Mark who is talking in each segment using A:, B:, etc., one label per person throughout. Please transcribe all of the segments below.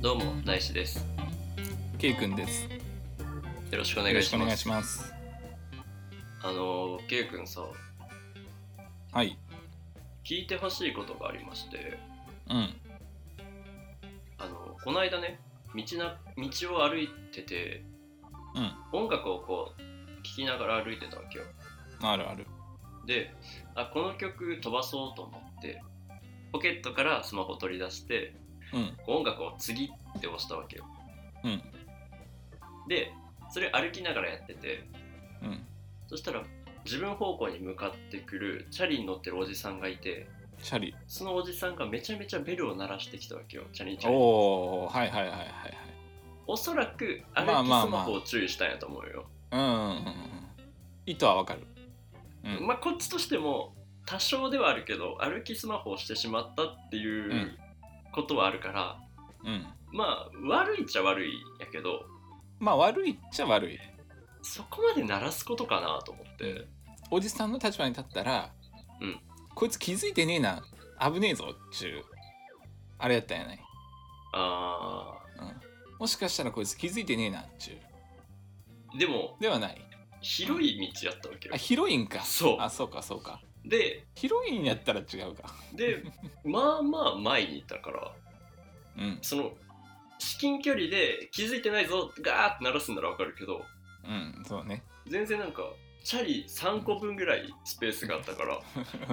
A: どうも大志です。
B: ケイ君です。
A: よろしくお願
B: よろ
A: い
B: しく
A: し
B: お願
A: ま
B: い
A: す。
B: します。
A: あのー、ケイ君さ、
B: はい。
A: 聞いてほしいことがありまして、
B: うん。
A: あのーこの間ね、道な道を歩いてて、音楽をこう聞きながら歩いてたわけよ。
B: うん。あるある。
A: で、あこの曲飛ばそうと思って、ポケットからスマホ取り出して、
B: うん。
A: こう音楽を次って押したわけよ。
B: うん。
A: で、それ歩きながらやってて、
B: うん。
A: そしたら自分方向に向かってくるチャリに乗ってるおじさんがいて。
B: チャリ。
A: そのおじさんがめちゃめちゃベルを鳴らしてきたわけよ、チャリンチャリン。
B: おお。はいはいはいはい
A: おそらく歩きス
B: まあまあま
A: マ
B: あ
A: ホを注意したんやと思うよ。
B: はい。うんうんうんうん。意図はわかる。うん。
A: まあこっちとしても多少ではあるけど、歩きスマホをしてしまったっていううんことはあるから、
B: うん。
A: まあ悪いっちゃ悪いんやけど、
B: まあ悪いっちゃ悪い。
A: そこまで鳴らすことかなと思って。
B: おじさんの立場に立ったら、
A: うん。
B: こいつ気づいてねえな。危ねえぞっちゅう。あれやったんやない。
A: あ
B: うん。もしかしたらこいつ気づいてねえなっちゅう。
A: ーでも
B: ではない。
A: 広い道やったわけよ
B: あ、。ヒロインか。
A: そう
B: あ、そうかそうか。
A: で、
B: ヒロインやったら違うか。
A: で、 まあまあ前に行ったから、
B: うん。
A: その至近距離で気づいてないぞ、ガーって鳴らすんならわかるけど、
B: うん。そうね。
A: 全然なんかチャリ3個分ぐらいスペースがあったから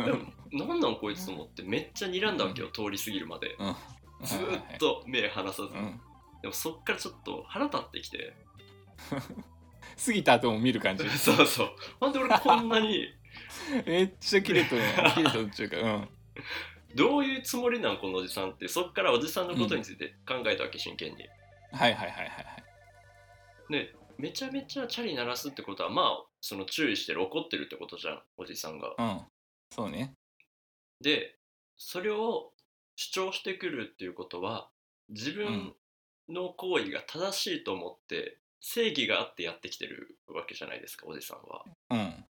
A: でもなんなんこいつと思ってめっちゃ睨んだわけよ通り過ぎるまで
B: うん
A: ずーっと目離さず
B: うん、
A: でもそっからちょっと腹立ってきて
B: 過ぎた後も見る感じ
A: そうそうなんで俺こんなに
B: めっちゃキレとね キレとっちゅうかうん
A: どういうつもりなんこのおじさんってそっからおじさんのことについて考えたわけ真剣に
B: はいはいはいはいはい
A: でめちゃめちゃチャリ鳴らすってことはまあその注意してる怒ってるってことじゃんおじさんが
B: うんそうね
A: でそれを主張してくるっていうことは自分の行為が正しいと思って正義があってやってきてるわけじゃないですかおじさんは。
B: うん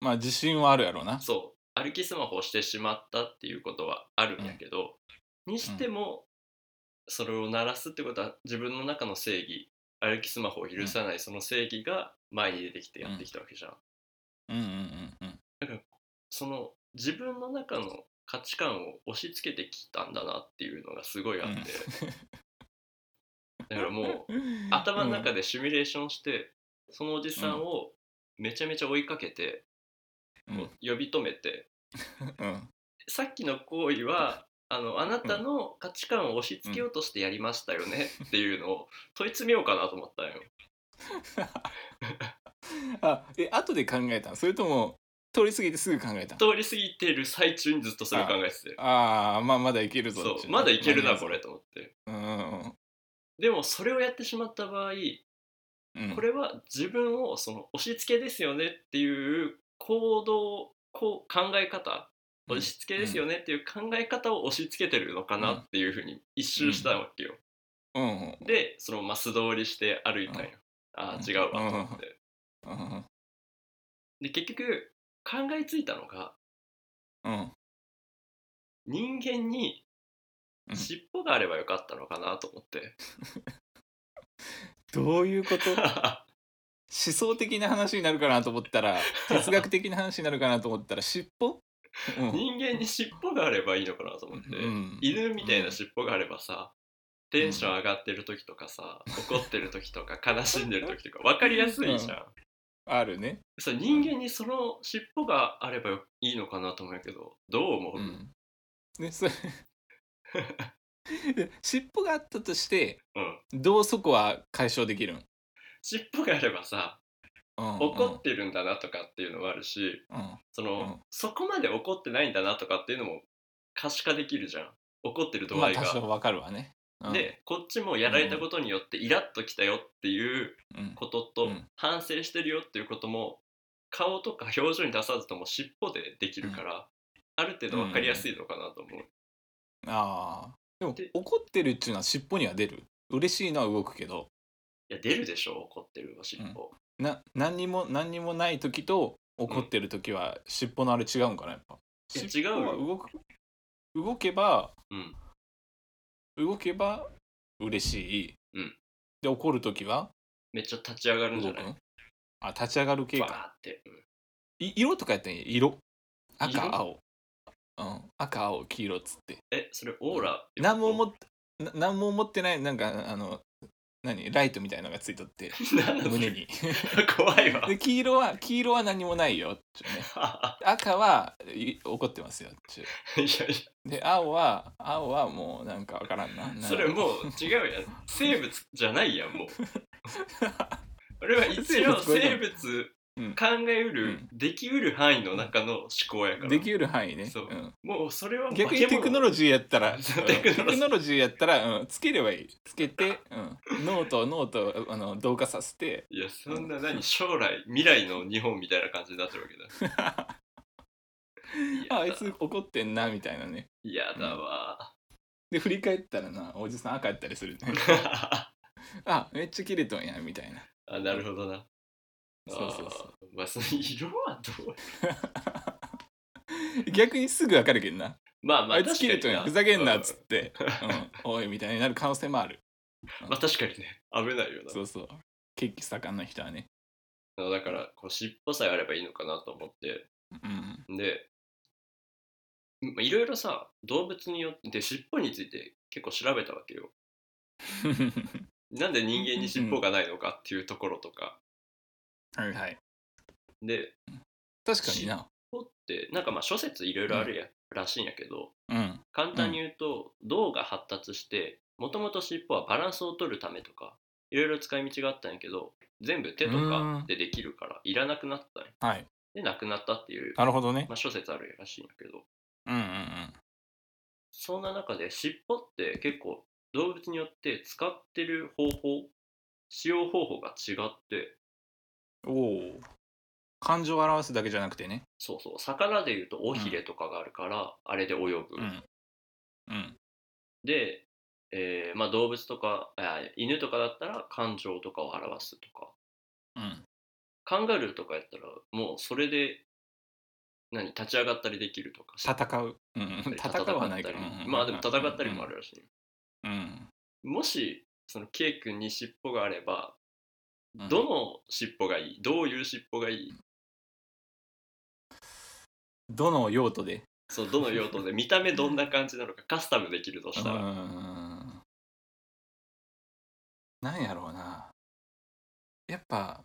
B: まあ自信はあるやろうな
A: そう歩きスマホをしてしまったっていうことはあるんやけど、にしてもそれを鳴らすってことは自分の中の正義歩きスマホを許さないその正義が前に出てきてやってきたわけじゃん。
B: うんうんうんうん
A: その自分の中の価値観を押し付けてきたんだなっていうのがすごいあって、 だからもう頭の中
B: で
A: でシミュレーションして、そのおじさんをめちゃめちゃ追いかけて、
B: うん
A: こう呼び止めて
B: うん
A: さっきの行為はあのあなたの価値観を押し付けようとしてやりましたよねっていうのを問い詰めようかなと思ったんよ。
B: あえ後で考えたんそれとも通り過ぎてすぐ考えたん
A: 通り過ぎてる最中にずっとそれを考えてて
B: ああまあまだいけるぞっち
A: そう
B: ゅ
A: まだいけるな
B: まあ
A: これと思って
B: うんうん
A: でもそれをやってしまった場合
B: うん
A: これは自分をその押し付けですよねっていう行動こう考え方
B: うん
A: 押し付けですよねっていう考え方を押し付けてるのかなっていうふうに一周したわけよ、
B: うんうん
A: でそのマス通りして歩いたんよ、ああ違うわと思って、
B: うん
A: で結局考えついたのが
B: うん
A: 人間に
B: うん
A: 尻尾があればよかったのかなと思って、
B: どう いうこと 思
A: あ
B: 想的な話になるかなと思っ たら哲学的な話になるかなと思ったら尻尾うん
A: 人間に尻尾があればいいのかなと思って、
B: うん
A: 犬みたいな尻尾があればさテンション上がってる時とかさ、怒ってる時とか悲しんでる時とか分かりやすいじゃん、
B: あるね、
A: そう人間にその尻尾があればいいのかなと思うけどどう思う、
B: うん、でそれで尻尾があったとして
A: うん
B: どうそこは解消できるん、
A: 尻尾があればさ
B: うん、
A: 怒ってるんだなとかっていうのもあるし
B: うん、
A: その、
B: うん
A: そこまで怒ってないんだなとかっていうのも可視化できるじゃん怒ってる
B: う
A: 度
B: ん、まあ
A: 合い
B: 多
A: が、
B: 少わかるわね、うん、
A: でこっちもやられたことによってイラッときたよっていう
B: うん、
A: ことと、
B: うん
A: 反省してるよっていうことも顔とか表情に出さずとも尻尾でできるから、ある程度分かりやすいのかなと思う、
B: あーでも
A: で
B: 怒ってるっちゅうのは尻尾には出る嬉しいのは動くけど
A: いや出るでしょ怒ってるお尻尾、
B: な何にも何にもない時と怒ってる時は尻尾のあれ違うんかなやっぱ
A: いや
B: 尻尾は
A: 違うよ
B: 動く動けば
A: うん
B: 動けば嬉しい、
A: うん
B: で怒る時は
A: めっちゃ立ち上がるんじゃ
B: 動く
A: ない
B: んあ立ち上がる系
A: バ
B: か
A: ーって、うん
B: い色とかやったらいい色赤
A: 色
B: 青、うん、赤青黄色っつって
A: えそれオーラってこと
B: 何も思ってな何も思ってないなんかあの何ライトみたいなのがついとって
A: 何 なの
B: 胸に
A: 怖いわ
B: で黄色は黄色は何もないよっちゅうね赤はい怒ってますよっちゅ
A: いやいう
B: で青は青はもうなんかわからんななん
A: や
B: だ
A: それ
B: ろう
A: もう違うやん生物じゃないや んもう俺は一応生
B: 生
A: 物
B: うん
A: 考えうる、できうる範囲の中の思考やから
B: できる範囲ね
A: そうんもうそれは化け
B: 逆
A: 物
B: にテクノロジーやったら
A: そう
B: うん
A: テクノロジ
B: テ
A: ー
B: クノロジーやったら、うん、つければいいつけて、うん、ノートをノートをあの同化させて
A: いやそんな何将来未来の日本みたいな感じになってるわけだ いや
B: ああいつ怒ってんなみたいなね
A: 嫌だわ
B: で振り返ったらなおじさん赤やったりする ね
A: あ
B: あめっちゃ切れとんやみたいな
A: なるほどな
B: そうそうそ
A: あーまあその色はどう
B: う逆にすぐわかるけんな、
A: まあま
B: あ
A: あ
B: いつ切れ
A: 確
B: と
A: か
B: ん
A: に
B: や
A: な
B: ふざけんな
A: う
B: っつって、うん、おいみたいになる可能性もある
A: まあ確かにね危ないよな
B: そうそう血気盛んな人はね
A: あのだからこう尻尾さえあればいいのかなと思って
B: うん
A: でまあいろいろさ動物によって尻尾について結構調べたわけよなんで人間に尻尾がないのかっていうところとか、
B: はいはい
A: で
B: 確かにな
A: 尻尾ってなんかまあ諸説いろいろあるや、らしいんやけど
B: うん
A: 簡単に言うと、脳が発達してもともと尻尾はバランスを取るためとかいろいろ使い道があったんやけど全部手とかでできるからいらなくなったんや
B: はい
A: でなくなったっていう、
B: なるほどね
A: まあ、諸説あるらしいんやけど
B: うんうんうん
A: そんな中で尻尾って結構動物によって使ってる方法使用方法が違って
B: おお感情を表すだけじゃなくてね
A: そうそう魚でいうと尾ひれとかがあるから、あれで泳ぐ、
B: うんうん
A: で、えーまあ、動物とかあ犬とかだったら感情とかを表すとか
B: うん
A: カンガルーとかやったらもうそれで何立ち上がったりできるとか
B: 戦う、うん、戦うはないか
A: 戦
B: ら
A: ったりまあでも戦ったりもあるらしい、
B: うん、
A: もしその K 君に尻尾があれば
B: うん
A: どの尻尾がいいどういう尻尾がいい
B: どの用途で
A: そうどの用途 で見た目どんな感じなのかカスタムできると
B: う
A: したら、
B: ーんなんやろうなやっぱ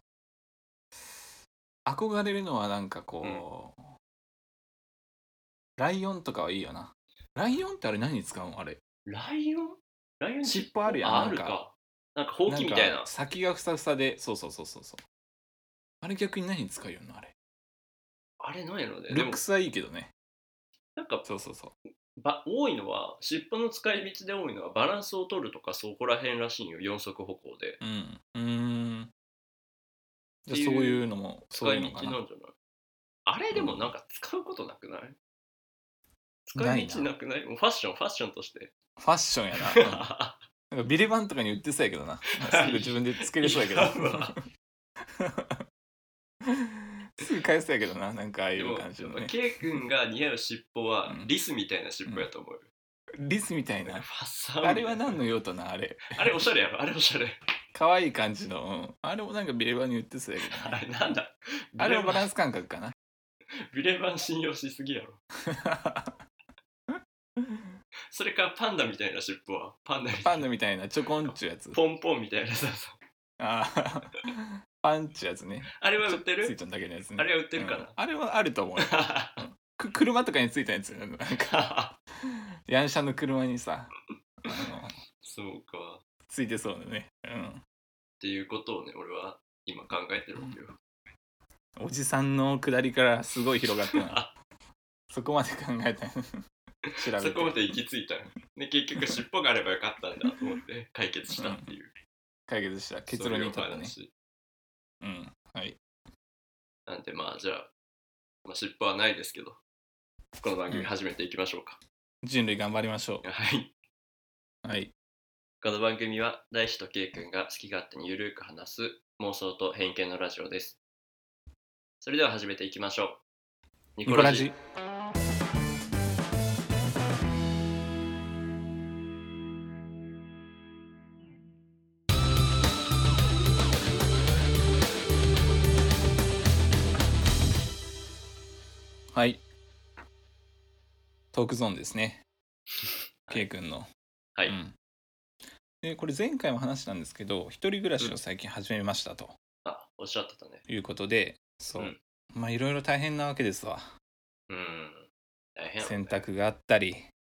B: 憧れるのはなんかこう、ライオンとかはいいよなライオンってあれ何に使うのあれ
A: ライオンライオン
B: 尻尾あるやん
A: あ
B: な
A: あ
B: ん
A: る
B: か
A: かなんかほうきみたい
B: ん
A: な
B: か先がふさふさでそうそうそうそうそうあれ逆に何に使うよなあれ
A: あれなんやろねで
B: ルッ
A: も
B: クスはいいけどね
A: なんか
B: そうそうそう
A: ば多いのは尻尾の使い道で多いのはバランスを取るとかそこら辺らしいよ四足歩行で
B: うんうーんじゃ
A: っていう
B: あそういうのも
A: 使
B: そう
A: い
B: いう
A: 道
B: の
A: なん
B: か
A: じゃ
B: な
A: ないあれでもなんか使うことなくない、使
B: ないい
A: 道な
B: な
A: くないもうファッションファッションとして
B: ファッションや なうんなんかビレバンとかに売ってそうやけどな。すぐ自分でつけれそうやけど
A: いや ま。
B: すぐ返すやけどな、なんかああい
A: で
B: う
A: も、
B: 感じのね。
A: K 君が似合う尻尾は
B: うん
A: リスみたいな尻尾やと思うよ。
B: リスみたい
A: なん
B: な
A: か。ファッサーみた
B: あ
A: いな
B: れは何の用途な、あれ。
A: あれおしゃれやろあれおしゃれ。
B: 可愛い感じの。うんあれもなんかビレバンに売ってそうやけど
A: あ
B: な。
A: れなんだ
B: あれはバラン
A: ス。
B: ス感 覚かな。
A: ビレバン信用しすぎやろ。それかパンダみたいな尻尾はパンダみた
B: パ
A: い
B: ン
A: な。
B: ダみたいなちょこんっちゅうやつ。
A: ポンポンみたいなさ。そう
B: あー パンっちゅうやつね。
A: あれは売って
B: つい
A: る
B: たんだけのやつね。
A: あれは売ってるか
B: うんあれはあると 思うよ。
A: な。
B: く車とかについたやつ。なんか、ヤンシャの車にさ、あの
A: そうか。っ
B: ついてそうだね。うん。
A: ていうことをね、俺は今考えてるわけよ。
B: おじさんの下りからすごい広がったなそこまで考 えた調べて
A: そこまで行き着いたので結局尻尾があればよかったんだと思 って解決したっていう
B: 解決した結論に至
A: そう
B: っ
A: いうお
B: たね
A: 話
B: うんはい
A: なんでまあじゃあ、まあ、尻尾はないですけどこの番組始めていきましょうか、
B: 人類頑張りましょ
A: はい。
B: うはい
A: この番組は大志とケイ君が好き勝手にゆるく話す妄想と偏見のラジオですそれでは始めていきましょうニ
B: ニコラジはいトークゾーンです ね K 君の
A: は
B: う
A: い、
B: ん、でこれ前回も話したんですけど一人暮らしを最近始めましたと
A: あおっしゃってたね
B: いうことで、そう、
A: うん
B: まあいろいろ大変なわけですわ
A: うん大変やろ
B: 洗濯があったり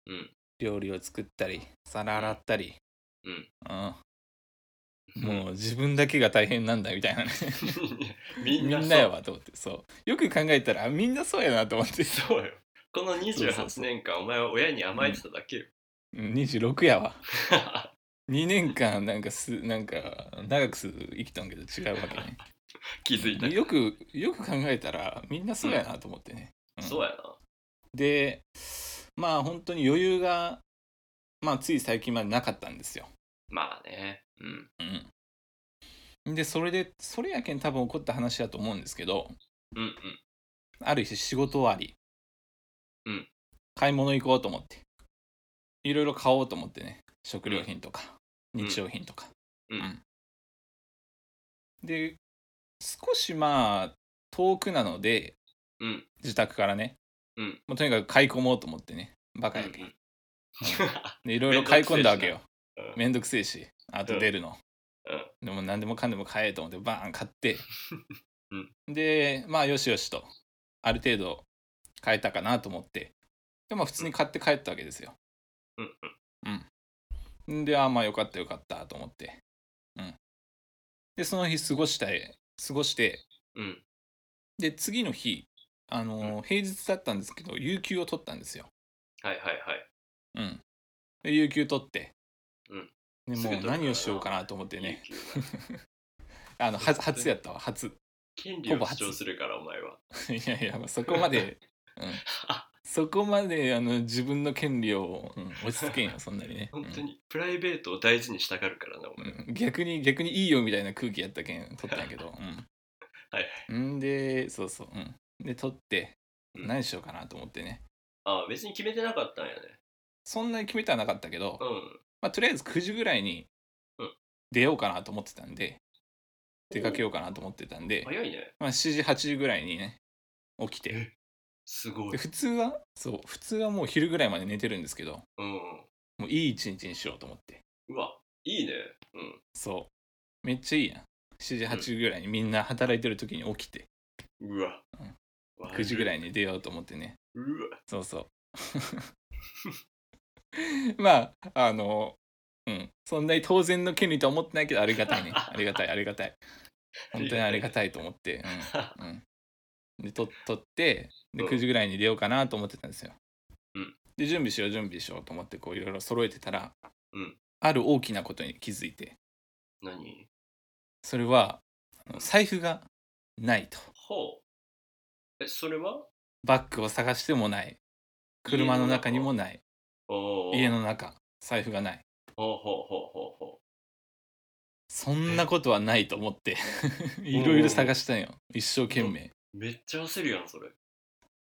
A: うん
B: 料理を作ったり皿洗ったり、
A: うん
B: うん もう自分だけが大変なんだみたいなね
A: みん
B: み
A: なそうん
B: なやわと思ってそうよく考えたらあみんなそうやなと思ってそ
A: そうよこの
B: そうそう
A: 28
B: そう
A: 年間お前は親に甘えてただ けよ、
B: ううん26やわ2年間なんかすなんか長くす生きたんけど違うわけね
A: 気づいた、
B: よくよく考えたらみんなそうやなと思ってね、うん
A: そうや
B: でまあ本当に余裕がまあつい最近までなかったんですよ、
A: なまあねうん
B: うん、でそれでそれやけん多分起こった話だと思うんですけど
A: うんうん
B: ある日仕事終わり、
A: うん
B: 買い物行こうと思っていろいろ買おうと思ってね食料品とか、
A: うん
B: 日用品とか、
A: うん
B: で少しまあ遠くなので
A: うん
B: 自宅からね、
A: うん
B: もうとにかく買い込もうと思ってねバカやけん、でいろい
A: めん
B: ろ
A: どくせ
B: 買
A: え
B: い
A: しな
B: 込んだわけよ
A: うん
B: めんどくせえしあと出るの、
A: うん
B: でも何でもかんでも買えと思ってバーン買って、
A: う
B: でまあよしよしとある程度買えたかなと思ってでまあ普通に買って帰ったわけですよ
A: うん
B: うんであまあよかったよかったと思ってうんでその日過ごしたい過ごして
A: うん
B: で次の日あのー平日だったんですけど有給を取ったんですよ
A: はいはいはい
B: うん。で、有給取って。
A: うん
B: で
A: すぐ取
B: も
A: る
B: う
A: からな
B: 何をしようかなと思ってね。
A: 有給が
B: あの、は初やったわ、初。
A: 権利を
B: ほぼ
A: 主
B: 初
A: 張するからお前は
B: いやいや、そこまで、 うん、そこまであの自分の権利を、うん、落ち着けん よ、そんなにね。
A: 本当にプライベートを大事にしたがるからなお
B: う
A: 前、
B: ん、うん逆に、逆にいいよみたいな空気やっ たけん、取ったんやけど。
A: はい
B: うん。んで、そうそう。うん、で、取って、
A: うん
B: 何しようかなと思ってね。
A: ああ別に決めてなかったんやね
B: そんなに決めてはなかったけど、
A: うん
B: まあ、とりあえず9時ぐらいに
A: うん
B: 出ようかなと思ってたんで、出かけようかなと思ってたんで、
A: 早いね
B: まあ、7時8時ぐらいにね起きて
A: えすご
B: で
A: い
B: 普通はそう普通はもう昼ぐらいまで寝てるんですけど
A: うんうん
B: もういい一日にしようと思って
A: うわいいねうん
B: そうめっちゃいいやん7時8時ぐらいにみんな働いてる時に起きて
A: うわ、
B: うん
A: 悪
B: 9時ぐらいに出ようと思ってね
A: うわ
B: そうそう まああのうんそんなに当然の権利とは思ってないけどありがたい ねありがたいありがたい本当にありがたいと思ってうん、 うん、でと取ってで
A: うん
B: 9時ぐらいに出ようかなと思ってたんですよ、
A: うん
B: で準備しよう準備しようと思ってこういろいろ揃えてたら、
A: うん
B: ある大きなことに気づいて
A: 何
B: それはあの財布がないと
A: ほうえそれは
B: バッグを探してもない車の中にもない
A: おー
B: 家の中財布がない
A: ほうほうほうほうほ
B: そんなことはないと思っていろいろ探したんよ一生懸命
A: うめっちゃ焦るやんそれ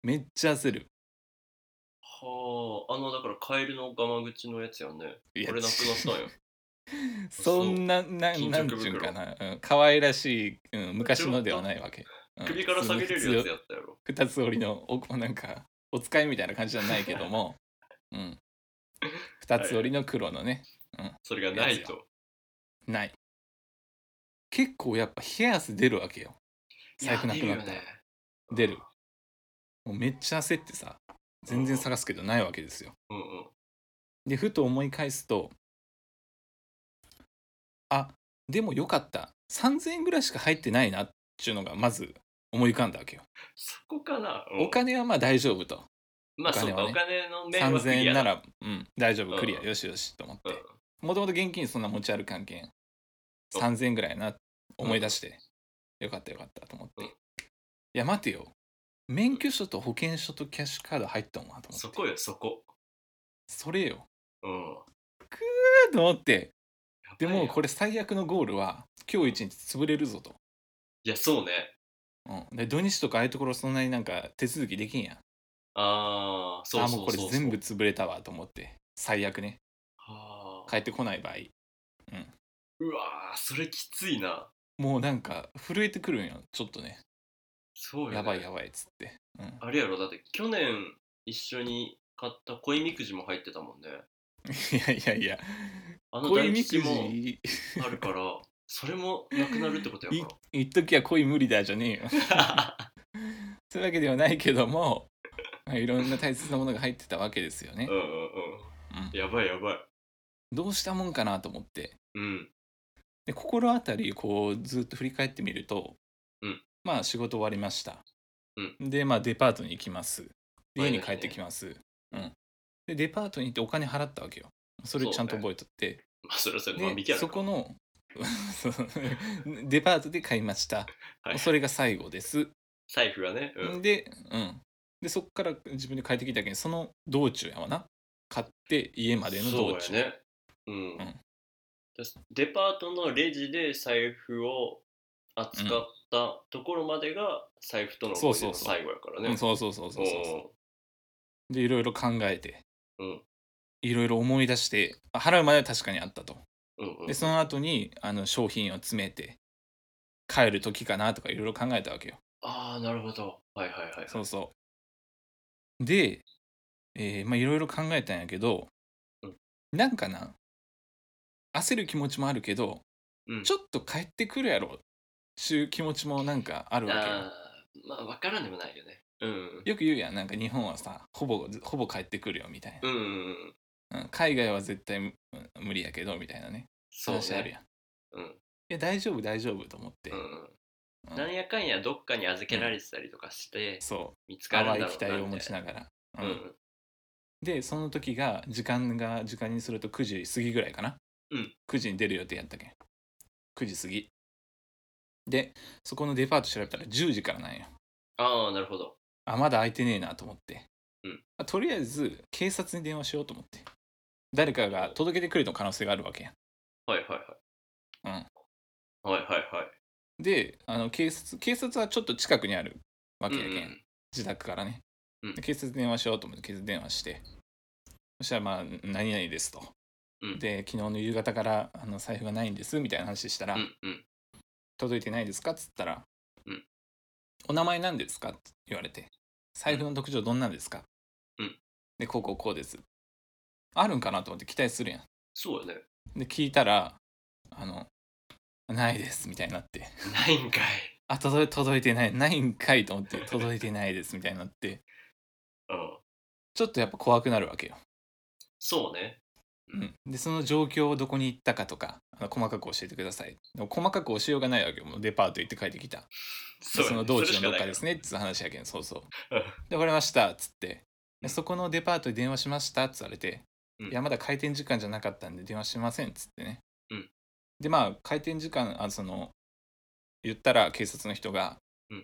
B: めっちゃ焦る
A: はああのだからカエルのガマ口のやつやんね
B: いや
A: これなくなったんや
B: そんなな
A: 巾着
B: なんていうんかな、うん、可愛らしい、うん、昔のではないわけ、うん
A: 首から下げれるやつ
B: 普通の
A: やったやろ
B: 二つ折りのおなんかお使いみたいな感じじゃないけど も、うん、二つ折りの黒のね
A: それがない
B: やつ
A: と
B: ない結構やっぱ冷や汗出るわけよ財布なくなった
A: い
B: ら
A: や
B: 出るもうめっちゃ焦ってさ全然探すけどないわけですよ
A: うんうん
B: でふと思い返すとあでもよかった3,000円ぐらいしか入ってないなっていうのがまず思い浮かんだわけよ。
A: そこかなうん
B: お金はまあ大丈夫と
A: まあ
B: お
A: そう
B: 金
A: か
B: はね
A: お金の面はク
B: 3,000
A: リ
B: 円
A: ア
B: な
A: だ
B: ら、うん、大丈
A: う
B: 夫
A: ん
B: クリアよしよしと思っ
A: うん
B: てもともと現金そんな持ち歩かんけん3,000円ぐらいやな思い出してよかったよかったと思っ
A: うん
B: ていや待てよ免許証と保険証とキャッシュカード入ったもんなと思
A: そ
B: って
A: こよそこ
B: それよ
A: うん
B: えーと思ってでもこ
A: れ
B: れ最悪のゴールは今日一日潰れるぞと。
A: いやそうね
B: うん、で土日とかああいうところそんなになんか手続きできんやん
A: ああそう
B: ああ
A: そ
B: もう
A: う
B: こ
A: そう
B: れ
A: そう
B: 全部潰れたわと思って最悪ね
A: はあ
B: 帰ってこない場合
A: うわーそれきついな
B: もうなんか震えてくるんよちょっとね
A: そうよ、ね、
B: やばいやばいっつって、うん、
A: あれやろだって去年一緒に買った恋みくじも入ってたもんね
B: いやいやいや
A: あの
B: 恋
A: 大
B: みく
A: 吉も
B: じ
A: あるからそれもなくなるってことや
B: い
A: か
B: 一時は恋無理だじゃねえよ
A: ら
B: そういうわけではないけども、まあ、いろんな大切なものが入ってたわけですよね
A: うんうんうんやばいやばい
B: どうしたもんかなと思って
A: うん
B: で心当たりこうずっと振り返ってみると、
A: うん
B: まあ仕事終わりました、でまあデパートに行きます
A: 前
B: 家
A: の日ね
B: に帰ってきます、うん、でデパートに行ってお金払ったわけよそれちゃんと覚えとって、
A: まあそれはそれ
B: で
A: 万引きやな
B: そこの そうデパートで買いました、
A: はい
B: それが最後です、
A: 財布がねうん
B: で,、うん、でそこから自分で帰ってきたけどその道中やわな買って家までの道
A: そ
B: 中
A: うやねうん、
B: ん
A: でデパートのレジで財布を扱ったところまでが財布との
B: そう
A: 交
B: そ
A: 流の最
B: うそう
A: 後やから
B: う
A: ね
B: んそうそうそうそうそうそうでいろいろ考えて
A: うん
B: いろいろ思い出してあ払うまでは確かにあったと
A: うんうんうん
B: でその後にあの商品を詰めて帰る時かなとかいろいろ考えたわけよ
A: ああなるほどはいはいはい
B: そうそうで、えーまあいろいろ考えたんやけど、
A: うん
B: なんかな焦る気持ちもあるけど、
A: うん
B: ちょっと帰ってくるやろちゅう気持ちもなんかあるわけよ
A: あーまあ分からんでもないよねうん
B: よく言うやんなんか日本はさほぼほぼ帰ってくるよみたい
A: うんうんうん
B: な、うん海外は絶対無無理やけどみたいなね
A: そう
B: 話ある
A: ね
B: や
A: う
B: ん
A: ん
B: いや大丈夫大丈夫と思って、
A: うんうん
B: うん
A: なんやかんやどっかに預けられてたりとかして
B: そう
A: 見つかるんだろう
B: 淡い
A: な
B: 期待を持
A: み
B: ち
A: たい
B: ながら、
A: な
B: うんでその時が時間が時間にすると9時過ぎぐらいかな、
A: うん
B: 9時に出る予定やったけん9時過ぎでそこのデパート調べたら10時からなんよ
A: ああなるほど
B: あまだ空いてねえなと思って、
A: うん
B: あとりあえず警察に電話しようと思って誰かが届けてくれる可能性があるわけやん
A: はいはいはいはいはいはい
B: であの警察警察はちょっと近くにあるわけやけん、
A: うんうん
B: 自宅からね、
A: うん
B: で警察に電話しようと思って警察に電話してそしたらまあ何々ですと、
A: うん
B: で昨日の夕方からあの財布がないんですみたいな話したら、
A: うんうん
B: 届いてないですかっつったら、
A: うん
B: お名前なんですかって言われて財布の特徴どんなんですか、
A: うん
B: でこうこうこうですあるんかなと思って期待するや
A: そうやね
B: んで聞いたらあのないですみたいになって
A: ないんかい
B: あ届い届いてないないんかいと思って届いてないですみたいになって
A: うん
B: ちょっとやっぱ怖くなるわけよ、
A: そうね
B: うん、でその状況をどこに行ったかとかあの細かく教えてくださいでも細かく教えようがないわけよもうデパート行って帰ってきた
A: そ
B: その道中のどっかですすねっつう話やけんそうそ
A: う
B: う
A: ん
B: で分かりましたっつって
A: うん
B: でそこのデパートに電話しましたっつわれて、
A: うん
B: いやまだ開店時間じゃなかったんで電話しませんっつってね、
A: うん
B: でまあ開店時間あその言ったら警察の人が、
A: うん
B: も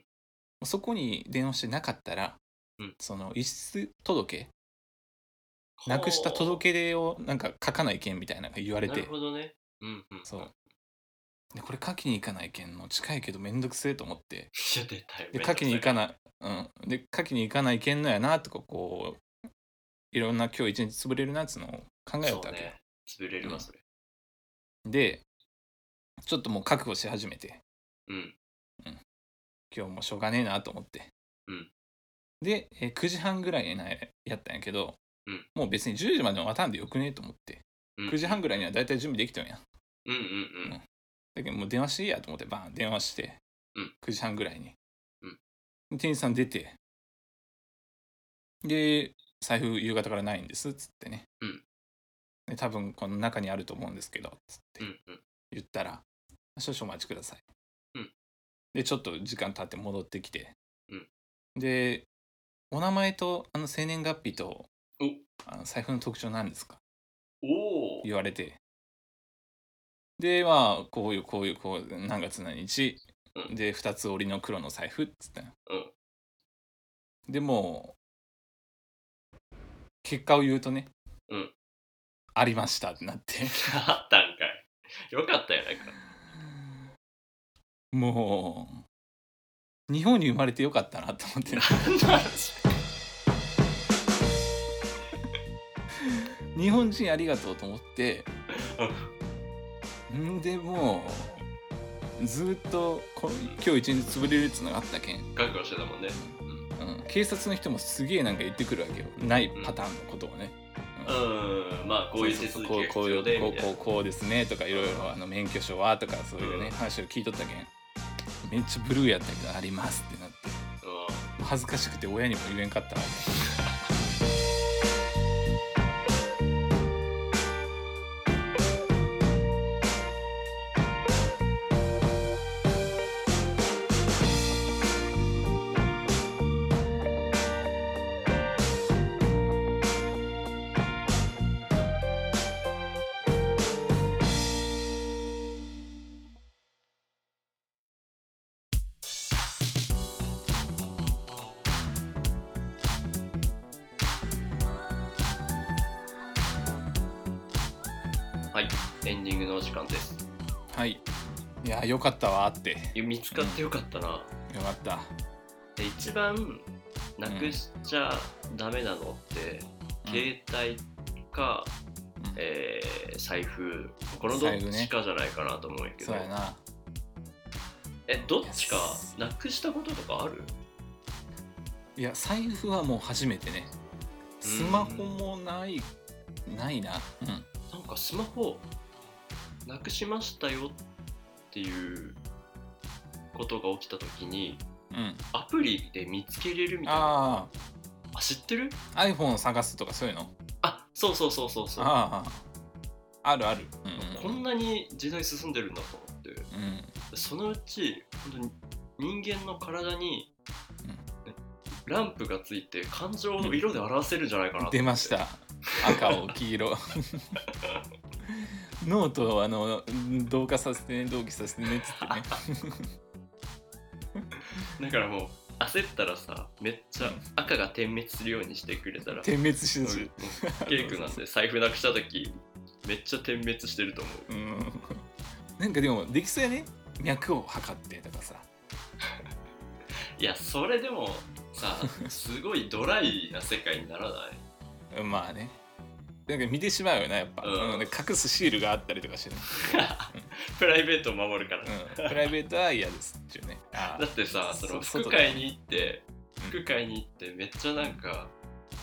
B: うそこに電話してなかったら、
A: うん
B: その遺失届なくした届け出をなんか書かないけんみたいなのが言われ
A: なる
B: て
A: ほどねうんうん
B: そうでこれ書きに行かないけんの近いけどめんどくせえと思って
A: いや出たよ
B: で書きに行か
A: な
B: ない、うん、で書きに行かないけんのやなとかこういろんな今日一日潰れるなっつうのを考えた
A: そ
B: わけ
A: う
B: よ、
A: ね潰れる
B: う
A: わ
B: ん
A: それ
B: でちょっともう覚悟し始めて
A: うん
B: 今日もうしょうがねえなと思って、
A: うん
B: で、えー9時半ぐらいになやったんやけど、
A: うん
B: もう別に10時まで待たんでよくねえと思って
A: うん
B: 9時半ぐらいにはだいたい準備できたんや
A: うんうんうん
B: だけどもう電話していいやと思ってバーン電話して、
A: うん
B: 9時半ぐらいに、
A: うん
B: で店員さん出てで財布夕方からないんですっつってね、
A: うん
B: で多分この中にあると思うんですけどっつって
A: うんうん
B: 言ったら、少々お待ちください、
A: うん
B: でちょっと時間経って戻ってきて、
A: うん
B: でお名前とあの生年月日と
A: お
B: あの財布の特徴なんですか
A: おお
B: 言われてでまあこういうこういうこう何月何日、
A: うん
B: で2つ折りの黒の財布っつって、
A: うん
B: でもう結果を言うとね、
A: うん
B: ありましたってなって
A: あったんかいよかったやないか
B: もう日本に生まれてよかったなと思っ て日本人ありがとうと思ってんでもうずーっとこ今日一日潰れるっつのがあったけん、う
A: 覚悟してたもんね
B: ん、警察の人もすげえなんか言ってくるわけよないパターンのことをね、
A: うんまあこういう手続きが必
B: こうい
A: 要
B: う
A: で
B: こ
A: みた
B: う
A: い
B: こ
A: な
B: うこうですねとかいろいろあの免許証はとかそういうね、
A: うん
B: 話を聞いとったけんめっちゃブルーやったけどありますってなって
A: う
B: 恥ずかしくて親にも言えんかったわ
A: んはいエンディングのお時間です
B: はいいやよかったわって
A: いや見つかってよかったな
B: よかった
A: で一番なくしちゃダメなのって、携帯か、
B: うん
A: えー財布このどっちかじゃないかなと思うんやけど、
B: そうやな
A: えどっちかなくしたこととかある
B: いや財布はもう初めてねスマホもない、ないなうん
A: なんかスマホなくしましたよっていうことが起きた時に
B: うん、
A: アプリで見つけれるみたいなあ
B: あ
A: 知ってる
B: あ iPhone を探すとかそういうの
A: あそうそうそうそうそう
B: あああるある、うん
A: こんなに時代進んでるんだと思って
B: うん
A: そのうち本当に人間の体に、ランプがついて感情を色で表せるんじゃないかなと思って
B: 出ました赤を黄色 ノートをあの同化させてね同期させてねっつ ってね
A: だからもう焦ったらさめっちゃ赤が点滅するようにしてくれたら
B: 点滅し
A: うん
B: てる
A: ケイ君なんで財布なくした時めっちゃ点滅してると思う
B: うんなんかでもできそうやね脈を測ってとかさ
A: いやそれでもさすごいドライな世界にならない
B: まあねなんか見てしまうよなやっぱ、
A: うん
B: うんで隠すシールがあったりとかしてね、
A: プライベートを守るから、
B: うん、プライベートは嫌ですっていうねあ
A: だってさその
B: そ
A: 副会に行って副会に行ってめっちゃなんか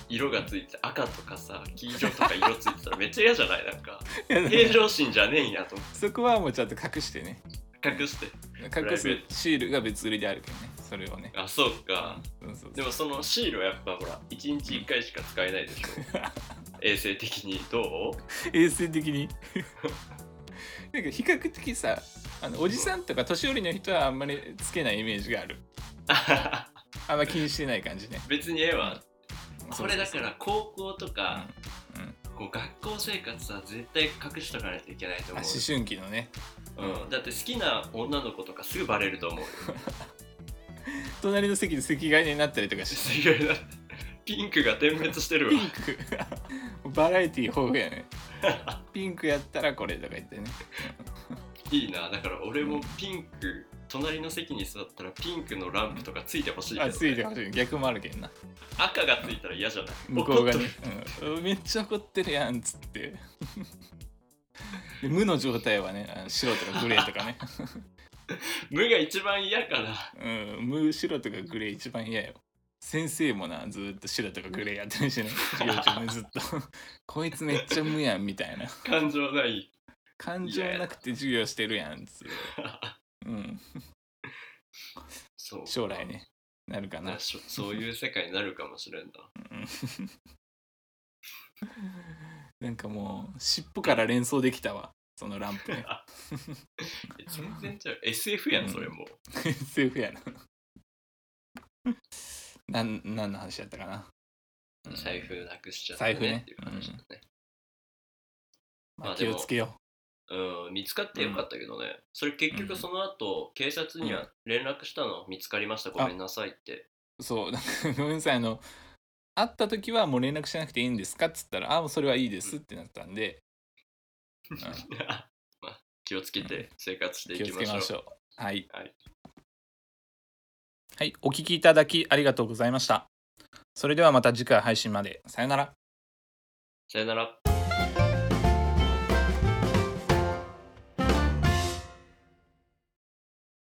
A: 色がついて赤とかさ黄色とか色ついてたらめっちゃ嫌じゃないなんか
B: いや
A: 平常心じゃねえんやと思
B: そこはもうちゃんと隠してね
A: って隠して
B: 隠すシールが別売りであるけどねそれをね
A: あそうか
B: うんそうそう
A: でもそのシールはやっぱほら1日1回しか使えないで しょ衛生的にどう
B: 衛生的に なんか比較的さあのおじさんとか年寄りの人はあんまりつけないイメージがある
A: あはは
B: あんま気にしてない感じね
A: 別にええわ
B: そ
A: こ
B: うそ
A: れ
B: う
A: だ
B: そ
A: か
B: う
A: ら高校とか
B: うんうん
A: こう学校生活は絶対隠しとかないといけないと
B: あ思
A: 思
B: 春期のね
A: う、うん、だって好きな女の子とかすぐバレると思う
B: 隣の席で席替えになったりとかして
A: 水害だピンクが点滅して る
B: ピ
A: わ
B: ンクバラエティー豊富 やねピンクやったらこれとか言ってね
A: いいなだから俺もピンク隣の席に座ったらピンクのランプとかついてほしいけど、
B: あついてほしい逆もあるけんな
A: 赤がついたら嫌じゃない
B: 向こうが
A: 怒
B: ね
A: っとる、
B: うん、めっちゃ怒ってるやんっつって で無の状態はねあの白とかグレーとかね
A: 無が一番嫌かな
B: うん、無白とかグレー一番嫌よ。先生もな、ずーっと白とかグレーやってるしね。授業中もずっと。 こいつめっちゃ無やんみたいな。
A: 感情ない
B: 感情なくて授業してるやんっつう。うん、
A: そう
B: 将来ね、なるかな
A: な。しょそういう世界になるかもしれんな
B: なん かもう、尻尾から連想できたわ。そのランプね。
A: え全然違う SF やんそれも、
B: SF やな。なん、なんの話やったかな。うん
A: 財布なくしちゃった
B: 財布ね
A: ねっていう話だね
B: ま
A: ま
B: あ、
A: あ
B: 気
A: で
B: を
A: も
B: つけよ
A: うん、見つかってよかったけどね、それ結
B: うん
A: 局その後、警察には連絡したの見つかりましたごめんなさいって
B: う。そう、なんか ごめんなさい。あの、会った時はもう連絡しなくていいんですかっつったら、あ、もうそれはいいですってなったんで、
A: まあ、気をつけて生活してい
B: 気を
A: き
B: つ
A: ま
B: け
A: しょう。
B: ましょう。はい。
A: はい
B: はい、お聞きいただきありがとうございました。それではまた次回配信まで。さよなら。
A: さよなら。